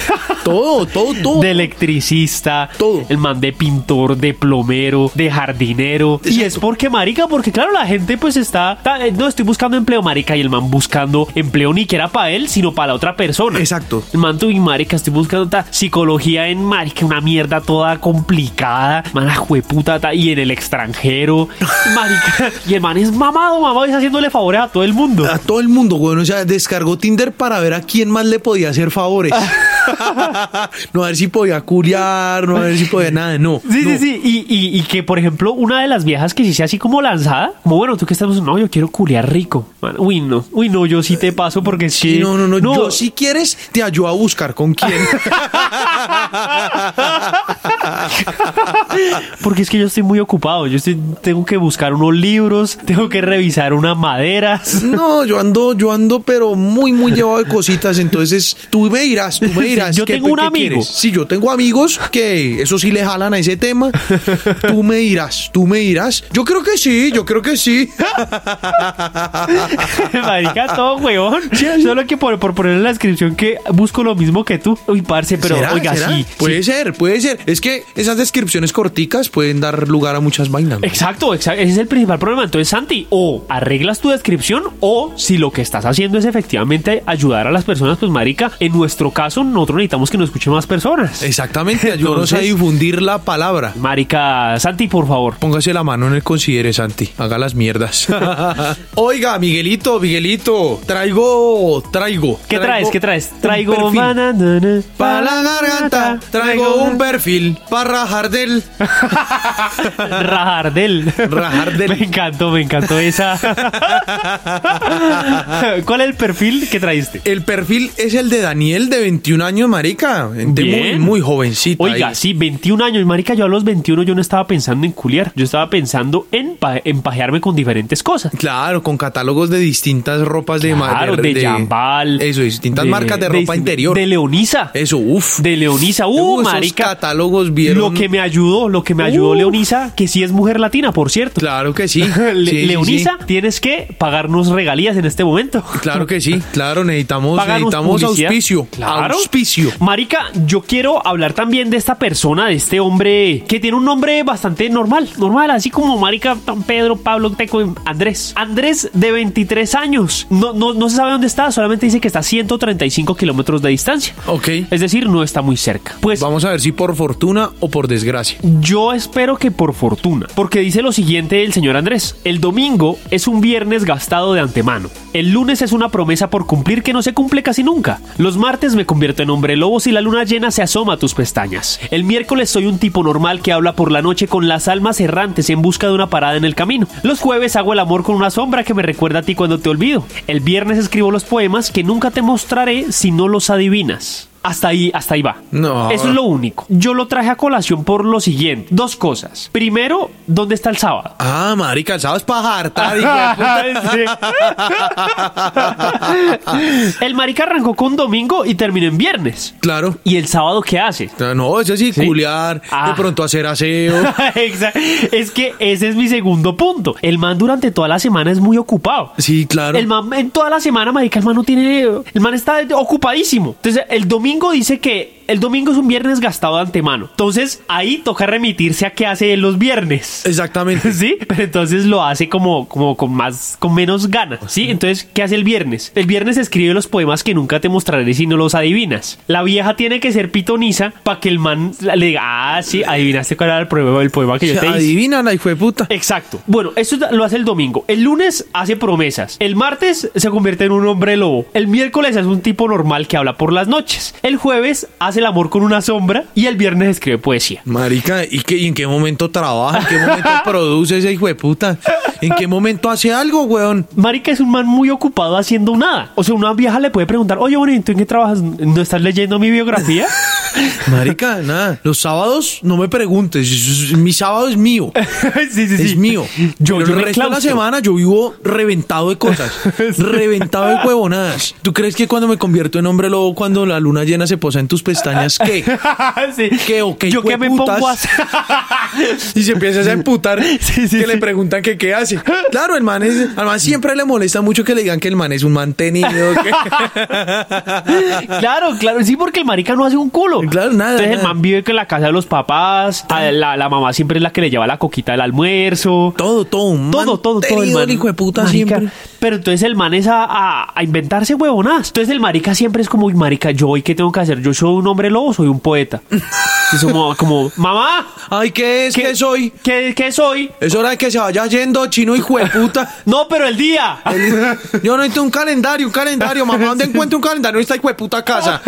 Speaker 2: Todo, todo, todo.
Speaker 1: De electricista,
Speaker 2: Todo.
Speaker 1: el man de pintor, de plomero, de jardinero. Y
Speaker 2: Exacto.
Speaker 1: es porque, marica, porque claro, la gente pues está, ta- eh, no estoy buscando empleo, marica, y el man buscando empleo ni que era para él, sino para la otra persona.
Speaker 2: Exacto.
Speaker 1: El man, tú y marica, estoy buscando ta, psicología en marica, una mierda toda complicada, man, jueputa, ta, y en el extranjero, marica, y el man es mamado, mamado, y es haciéndole favores a todo el mundo.
Speaker 2: A todo el mundo, weón. O sea, descargó Tinder para ver a quién más le podía hacer favores. no a ver si podía culiar, no a ver si podía nada, no.
Speaker 1: Sí,
Speaker 2: no.
Speaker 1: sí, sí. Y, y- y que, por ejemplo, una de las viejas que sí sea así como lanzada, como bueno, tú que estás, no, yo quiero culear rico. Man, uy, no, uy, no, yo sí te paso porque es
Speaker 2: Sí,
Speaker 1: que-
Speaker 2: no, no, no, Yo, si quieres, te ayudo a buscar con quién.
Speaker 1: Porque es que yo estoy muy ocupado. Yo estoy- tengo que buscar unos libros, tengo que revisar unas maderas.
Speaker 2: No, yo ando, yo ando, pero muy, muy llevado de cositas. Entonces, tú me dirás, tú me dirás.
Speaker 1: Yo
Speaker 2: qué-
Speaker 1: tengo un
Speaker 2: qué
Speaker 1: amigo.
Speaker 2: quieres. Sí, yo tengo amigos que eso sí le jalan a ese tema. Tú me dirás, tú me dirás. Yo creo que sí, yo creo que sí.
Speaker 1: Marica, todo huevón. Solo que por, por poner en la descripción que busco lo mismo que tú. Uy, parce, pero
Speaker 2: ¿Será?
Speaker 1: oiga,
Speaker 2: ¿Será? Pues-
Speaker 1: sí. sí.
Speaker 2: Puede ser, puede ser. Es que esas descripciones corticas pueden dar lugar a muchas vainas. ¿no?
Speaker 1: Exacto, exacto, ese es el principal problema. Entonces, Santi, o arreglas tu descripción, o si lo que estás haciendo es efectivamente ayudar a las personas, pues marica, en nuestro caso, nosotros necesitamos que nos escuchen más personas.
Speaker 2: Exactamente, ayúdanos a
Speaker 1: Entonces-
Speaker 2: difundir la palabra.
Speaker 1: Marica, Santi, por favor.
Speaker 2: Póngase la mano en el considere, Santi. Haga las mierdas. Oiga, Miguelito, Miguelito, traigo, traigo.
Speaker 1: ¿Qué traes? ¿Qué traes? Traigo
Speaker 2: un perfil.
Speaker 1: banana
Speaker 2: Para la garganta, traigo un perfil. Para rajar del.
Speaker 1: Rajardel.
Speaker 2: Rajardel.
Speaker 1: Me encantó, me encantó esa. ¿Cuál es el perfil que traíste?
Speaker 2: El perfil es el de Daniel, de 21 años, marica. Gente muy,
Speaker 1: Bien.
Speaker 2: muy jovencita.
Speaker 1: Oiga,
Speaker 2: ahí.
Speaker 1: sí, 21 años, marica, yo a los 21 yo no estaba pensando en culiar, yo estaba pensando en pa- en pajearme con diferentes cosas.
Speaker 2: Claro, con catálogos de distintas ropas de ma-
Speaker 1: Claro, de, Jambal.
Speaker 2: Eso, distintas
Speaker 1: de-
Speaker 2: marcas de ropa
Speaker 1: distin-
Speaker 2: interior.
Speaker 1: De Leonisa.
Speaker 2: Eso, uff.
Speaker 1: de Leonisa. Uh, marica.
Speaker 2: catálogos vieron.
Speaker 1: Lo que me ayudó, lo que me ayudó
Speaker 2: Uh.
Speaker 1: Leonisa, que sí es mujer latina, por cierto.
Speaker 2: Claro que sí.
Speaker 1: Le-
Speaker 2: Sí, sí,
Speaker 1: Leonisa,
Speaker 2: sí.
Speaker 1: tienes que pagarnos regalías en este momento.
Speaker 2: Claro que sí. Claro, necesitamos,
Speaker 1: Páganos
Speaker 2: necesitamos
Speaker 1: publicidad.
Speaker 2: auspicio.
Speaker 1: Claro.
Speaker 2: Auspicio.
Speaker 1: Marica, yo quiero hablar también de esta persona, de este hombre que tiene un nombre bastante normal, normal, así como Marica, San Pedro, Pablo, Teco, Andrés. Andrés, de 23 años. No, no, no se sabe dónde está, solamente dice que está a 135 kilómetros de distancia.
Speaker 2: Ok.
Speaker 1: Es decir, no está muy cerca. Pues
Speaker 2: Vamos a ver si por fortuna o por desgracia.
Speaker 1: yo espero que por fortuna, porque dice lo siguiente el señor Andrés. El domingo es un viernes gastado de antemano. El lunes es una promesa por cumplir que no se cumple casi nunca. Los martes me convierto en hombre lobo si la luna llena se asoma a tus pestañas. El miércoles soy un tipo normal que habla por la noche con las almas errantes en busca de una parada en el camino. Los jueves hago el amor con una sombra que me recuerda a ti cuando te olvido. El viernes escribo los poemas que nunca te mostraré si no los adivinas. Hasta ahí, hasta ahí va.
Speaker 2: No.
Speaker 1: Eso es lo único. Yo lo traje a colación por lo siguiente. Dos cosas. Primero, ¿dónde está el sábado?
Speaker 2: Ah, marica, el sábado es para hartar. hijo de puta.
Speaker 1: Sí. el marica arrancó con domingo y terminó en viernes.
Speaker 2: Claro.
Speaker 1: ¿Y el sábado qué hace?
Speaker 2: No, eso sí, culiar,
Speaker 1: Ah.
Speaker 2: de pronto hacer aseo.
Speaker 1: Exacto. es que ese es mi segundo punto. El man durante toda la semana es muy ocupado.
Speaker 2: Sí, claro.
Speaker 1: El man en toda la semana, marica, el man no tiene... El man está ocupadísimo. Entonces, el domingo dice que... El domingo es un viernes gastado de antemano. Entonces, ahí toca remitirse a qué hace él los viernes.
Speaker 2: Exactamente.
Speaker 1: Sí, pero entonces lo hace como, como con más, con menos ganas. Sí, entonces, ¿qué hace el viernes? El viernes escribe los poemas que nunca te mostraré si no los adivinas. La vieja tiene que ser pitoniza para que el man le diga, ah, sí, adivinaste cuál era el poema, el poema que yo te hice.
Speaker 2: Adivina la hijo de puta.
Speaker 1: Exacto. Bueno, esto lo hace el domingo. El lunes hace promesas. El martes se convierte en un hombre lobo. El miércoles es un tipo normal que habla por las noches. El jueves hace el amor con una sombra. Y el viernes escribe poesía.
Speaker 2: Marica, ¿y, qué, y en qué momento trabaja? ¿En qué momento produce ese hijo de puta? ¿En qué momento hace algo, weón?
Speaker 1: Marica es un man muy ocupado haciendo nada. O sea, una vieja le puede preguntar, oye, bueno, ¿y tú en qué trabajas? ¿No estás leyendo mi biografía?
Speaker 2: Marica, nada. Los sábados no me preguntes. es- es- Mi sábado es mío.
Speaker 1: sí, sí, sí.
Speaker 2: Es mío.
Speaker 1: Yo,
Speaker 2: Pero
Speaker 1: yo
Speaker 2: el
Speaker 1: me
Speaker 2: resto de la
Speaker 1: claustro.
Speaker 2: semana yo vivo reventado de cosas. Reventado de huevonadas. ¿Tú crees que cuando me convierto en hombre lobo, cuando la luna llena se posa en tus pestañas, qué?
Speaker 1: Sí.
Speaker 2: ¿Qué o qué,
Speaker 1: Yo que me
Speaker 2: hijueputas?
Speaker 1: pongo a hacer.
Speaker 2: Y se empieza a emputar
Speaker 1: Sí, sí,
Speaker 2: que le
Speaker 1: sí.
Speaker 2: preguntan que qué hace. Claro, el man es, al man siempre le molesta mucho que le digan que el man es un mantenido. que-
Speaker 1: claro, claro, sí, porque el marica no hace un culo.
Speaker 2: Claro, nada,
Speaker 1: Entonces el
Speaker 2: nada. Ah.
Speaker 1: man vive en la casa de los papás, a la, la mamá siempre es la que le lleva la coquita del almuerzo.
Speaker 2: todo, todo, un
Speaker 1: Todo, todo, todo.
Speaker 2: mantenido, el hijo de puta
Speaker 1: Marica,
Speaker 2: siempre.
Speaker 1: Pero entonces el man es a, a- a inventarse huevonadas. Entonces el marica siempre es como, uy, marica, yo hoy qué tengo que hacer. Yo soy un hombre lobo, soy un poeta. Es como, como, mamá,
Speaker 2: Ay, ¿qué es? ¿Qué, soy?
Speaker 1: ¿qué, qué soy?
Speaker 2: Es hora de que se vaya yendo chino hijo de puta.
Speaker 1: No, pero el día.
Speaker 2: Yo necesito un calendario, un calendario, mamá. ¿Dónde encuentro un calendario en esta hijo de puta casa?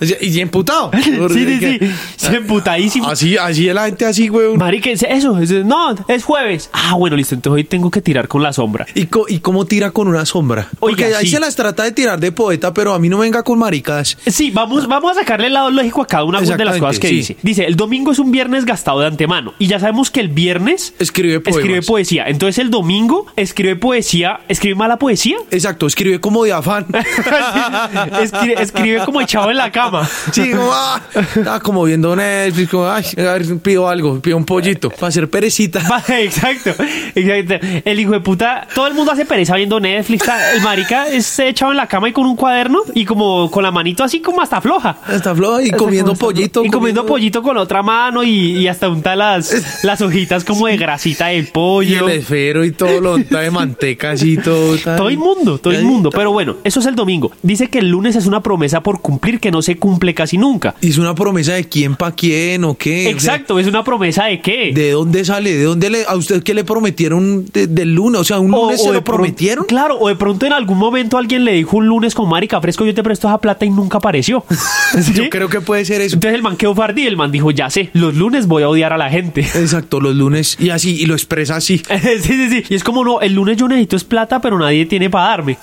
Speaker 2: Y y emputado.
Speaker 1: Sí, sí, sí. Se emputadísimo.
Speaker 2: Así, así es la gente así, güey.
Speaker 1: Marica, es eso, es- no, es jueves. Ah, bueno, listo, entonces hoy tengo que tirar con la sombra.
Speaker 2: ¿Y, co- y cómo tira con una sombra? Porque
Speaker 1: Oiga,
Speaker 2: ahí
Speaker 1: sí.
Speaker 2: se las trata de tirar de poeta, pero a mí no venga con maricadas.
Speaker 1: Sí, vamos, vamos a sacarle el lado lógico a cada una de las
Speaker 2: Exactamente,
Speaker 1: cosas que
Speaker 2: sí.
Speaker 1: dice. Dice, el domingo es un viernes gastado de antemano. Y ya sabemos que el viernes
Speaker 2: Escribe poemas.
Speaker 1: escribe poesía. Entonces el domingo escribe poesía, escribe mala poesía.
Speaker 2: Exacto, escribe como de afán.
Speaker 1: escribe, escribe como echado en la cama.
Speaker 2: Sí, como, ah, estaba como viendo Netflix, como, ay, a ver, pido algo, pido un pollito, para hacer perecita.
Speaker 1: Va, Exacto, exacto. El hijo de puta, todo el mundo hace pereza viendo Netflix. Ah, El marica es echado en la cama y con un cuaderno y como con la manito así como hasta floja.
Speaker 2: Hasta floja y comiendo pollito.
Speaker 1: Y comiendo pollito con la otra mano y, y hasta unta las, las hojitas como de grasita del
Speaker 2: Y el
Speaker 1: pollo.
Speaker 2: esfero y todo lo unta de manteca así, todo. tal.
Speaker 1: Todo el mundo, todo el mundo. Pero bueno, eso es el domingo. Dice que el lunes es una promesa por cumplir que no se cumple casi nunca.
Speaker 2: Y es una promesa de quién pa' quién o qué. o sea,
Speaker 1: Exacto, es una promesa de qué.
Speaker 2: ¿De dónde sale? ¿De dónde le, a usted qué le prometieron de- del lunes? O sea, un lunes se
Speaker 1: de
Speaker 2: lo
Speaker 1: pron-
Speaker 2: prometieron.
Speaker 1: Claro, o de pronto en algún momento alguien le dijo un lunes con marica fresco, yo te presto esa plata y nunca apareció. ¿Sí?
Speaker 2: Yo creo que puede ser eso.
Speaker 1: Entonces el man quedó fardi y el man dijo, ya sé, los lunes voy a odiar a la gente.
Speaker 2: Exacto, los lunes y así, y lo expresa así.
Speaker 1: sí, sí, sí. Y es como, no, el lunes yo necesito es plata, pero nadie tiene para darme.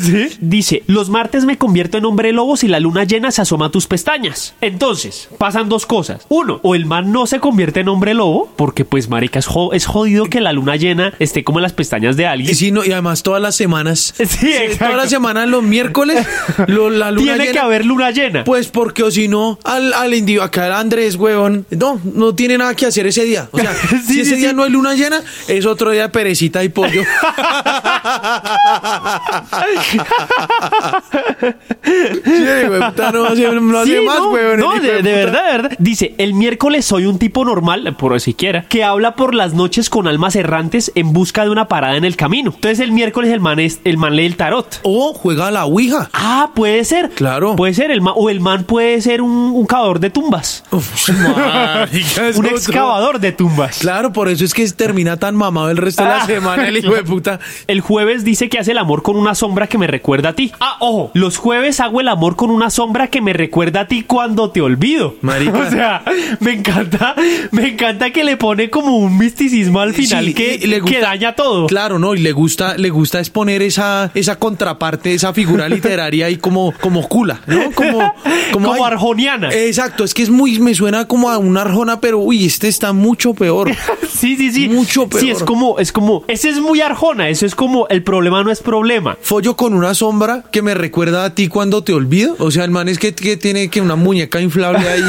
Speaker 1: ¿Sí? Dice, los martes me convierto en hombre lobo si la luna llena se asoma a tus pestañas. Entonces, pasan dos cosas. Uno, o el man no se convierte en hombre lobo, porque pues, marica, es, jo- es jodido que la luna llena esté como en las pestañas de alguien.
Speaker 2: Y sí, no, y además todas las semanas.
Speaker 1: Sí,
Speaker 2: Todas
Speaker 1: exacto.
Speaker 2: las semanas, los miércoles, lo- la luna
Speaker 1: Tiene que
Speaker 2: llena.
Speaker 1: haber luna llena.
Speaker 2: Pues porque o si no, al, al indio, acá el Andrés, huevón, no, no tiene nada que hacer ese día. O sea,
Speaker 1: Sí,
Speaker 2: si ese
Speaker 1: sí,
Speaker 2: día
Speaker 1: sí.
Speaker 2: no hay luna llena, es otro día de perecita y pollo. Pues, sí, güey, puta, no hace, no hace
Speaker 1: Sí,
Speaker 2: más,
Speaker 1: no,
Speaker 2: huevón.
Speaker 1: no,
Speaker 2: el hijo
Speaker 1: de, de verdad,
Speaker 2: puta.
Speaker 1: de verdad. Dice, el miércoles soy un tipo normal, por siquiera, que habla por las noches con almas errantes en busca de una parada en el camino. Entonces el miércoles el man, es, el man lee el tarot.
Speaker 2: O juega a la Ouija.
Speaker 1: Ah, puede ser.
Speaker 2: Claro.
Speaker 1: Puede ser. El ma- o el man puede ser un, un cavador de tumbas.
Speaker 2: Uf, marica, Ah, es
Speaker 1: un
Speaker 2: otro.
Speaker 1: excavador de tumbas.
Speaker 2: Claro, por eso es que termina tan mamado el resto de la
Speaker 1: Ah.
Speaker 2: semana el hijo de puta.
Speaker 1: El jueves dice que hace el amor con una sombra que me recuerda a ti. Ah, ojo. Los jueves hago el amor con una sombra que me recuerda a ti cuando te olvido.
Speaker 2: Marica.
Speaker 1: O sea, me encanta, me encanta que le pone como un misticismo al final
Speaker 2: Sí,
Speaker 1: que,
Speaker 2: y le gusta-
Speaker 1: que daña todo.
Speaker 2: Claro, no, y le gusta, le gusta exponer esa, esa contraparte, esa figura literaria y como, como cula, ¿no? Como,
Speaker 1: Como
Speaker 2: ay,
Speaker 1: arjoniana.
Speaker 2: Exacto, es que es muy, me suena como a una arjona, pero uy, este está mucho peor.
Speaker 1: Sí, sí, sí.
Speaker 2: Mucho peor.
Speaker 1: Sí, es como, es como, ese es muy arjona. Eso es como, el problema no es problema.
Speaker 2: Follo con una sombra que me recuerda a ti cuando te olvido. O sea, el man es que, que tiene que una muñeca inflable ahí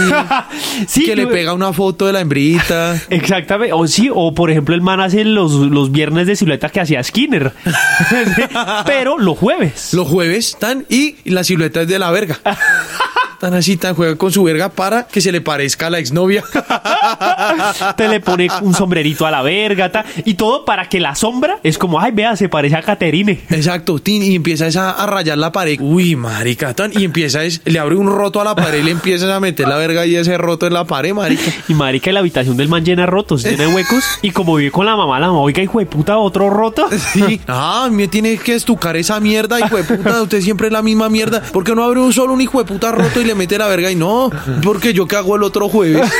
Speaker 1: sí,
Speaker 2: Mm. que le
Speaker 1: tú-
Speaker 2: pega una foto de la hembrita.
Speaker 1: Exactamente, o sí, o por ejemplo el man hace los, los viernes de silueta que hacía Skinner, pero los jueves.
Speaker 2: Los jueves están y las siluetas de la verga. Tan así, tan juega con su verga para que se le parezca a la exnovia.
Speaker 1: Te le pone un sombrerito a la verga ta, y todo para que la sombra es como, ay, vea, se parece a Caterine.
Speaker 2: Exacto, tin, y empieza es a, a rayar la pared. Uy, marica, tan, y empieza es, le abre un roto a la pared y le empiezas a meter la verga y ese roto en la pared, marica.
Speaker 1: Y marica, la habitación del man llena de rotos, llena de huecos. Y como vive con la mamá, la mamá, oiga, hijo de puta, otro roto.
Speaker 2: Sí. Ah, me tienes que estucar esa mierda, hijo de puta. Usted siempre es la misma mierda. ¿Por qué no abre un solo un hijo de puta roto y le mete la verga? Y no, porque yo cago el otro jueves.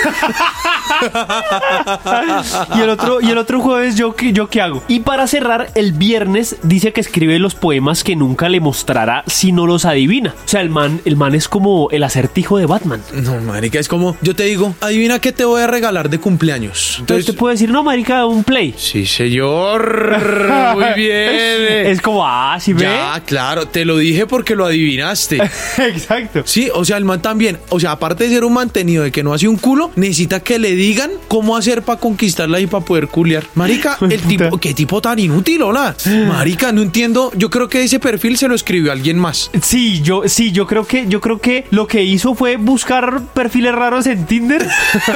Speaker 1: Y el otro, y el otro jueves, ¿yo qué, ¿yo qué hago? Y para cerrar, el viernes dice que escribe los poemas que nunca le mostrará si no los adivina. O sea, el man, el man es como el acertijo de Batman.
Speaker 2: No, marica, es como, yo te digo, adivina qué te voy a regalar de cumpleaños.
Speaker 1: Entonces te
Speaker 2: Entonces,
Speaker 1: puedo decir, no, marica, un play.
Speaker 2: sí, señor. Muy bien.
Speaker 1: Es como, ah, si ve.
Speaker 2: Ya, claro, te lo dije porque lo adivinaste.
Speaker 1: Exacto.
Speaker 2: Sí, o sea, el man también, o sea, aparte de ser un mantenido de que no hace un culo, necesita que le digan cómo hacer para conquistarla y para poder culiar. Marica, el
Speaker 1: puta.
Speaker 2: tipo, qué tipo tan inútil, hola. Marica, no entiendo, yo creo que ese perfil se lo escribió alguien más.
Speaker 1: Sí, yo, sí, yo creo que, yo creo que lo que hizo fue buscar perfiles raros en Tinder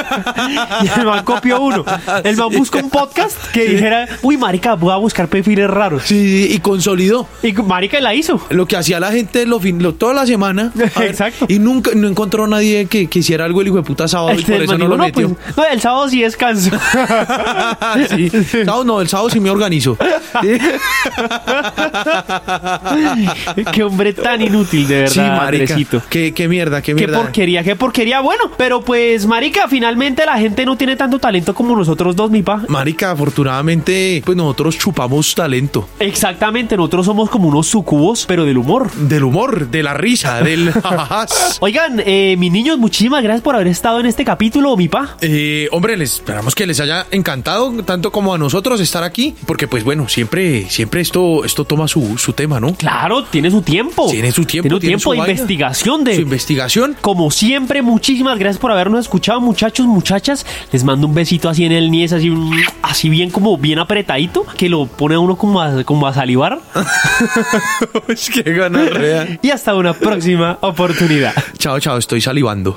Speaker 1: y el man copió uno. El man buscó un podcast que dijera, uy, marica, voy a buscar perfiles raros.
Speaker 2: Sí, sí, y consolidó.
Speaker 1: Y marica la hizo.
Speaker 2: Lo que hacía la gente lo fin- lo- toda la semana. a
Speaker 1: Exacto.
Speaker 2: Y nunca no encontró a nadie que, que hiciera algo el hijo de puta sábado y
Speaker 1: Este,
Speaker 2: por
Speaker 1: el
Speaker 2: eso
Speaker 1: man
Speaker 2: no
Speaker 1: dijo,
Speaker 2: lo metió.
Speaker 1: pues, no, el sábado sí descanso.
Speaker 2: Sí. Sábado no, el sábado sí me organizo.
Speaker 1: Qué hombre tan inútil, de verdad.
Speaker 2: Sí, marica.
Speaker 1: Andresito.
Speaker 2: Qué, qué mierda, qué
Speaker 1: Qué
Speaker 2: mierda.
Speaker 1: porquería, qué porquería. Bueno, pero pues, marica, finalmente la gente no tiene tanto talento como nosotros dos, mi pa.
Speaker 2: Marica, afortunadamente, pues nosotros chupamos talento.
Speaker 1: Exactamente, nosotros somos como unos sucubos, pero del humor.
Speaker 2: Del humor, de la risa, del jajajás.
Speaker 1: Oigan, eh, mis niños, muchísimas gracias por haber estado en este capítulo, mi pa.
Speaker 2: Eh, hombre, les esperamos que les haya encantado tanto como a nosotros estar aquí, porque pues bueno, siempre, siempre esto, esto toma su, su tema, ¿no?
Speaker 1: Claro, tiene su tiempo.
Speaker 2: Tiene su tiempo,
Speaker 1: Tiene un
Speaker 2: tiene
Speaker 1: tiempo
Speaker 2: su
Speaker 1: de
Speaker 2: vaina.
Speaker 1: investigación de...
Speaker 2: Su investigación.
Speaker 1: Como siempre, muchísimas gracias por habernos escuchado, muchachos, muchachas. Les mando un besito así en el niés, así, un- así bien como bien apretadito, que lo pone a uno como a, como a salivar.
Speaker 2: Ah. es que ganar
Speaker 1: Y hasta una próxima oportunidad.
Speaker 2: Chao, chao, estoy salivando.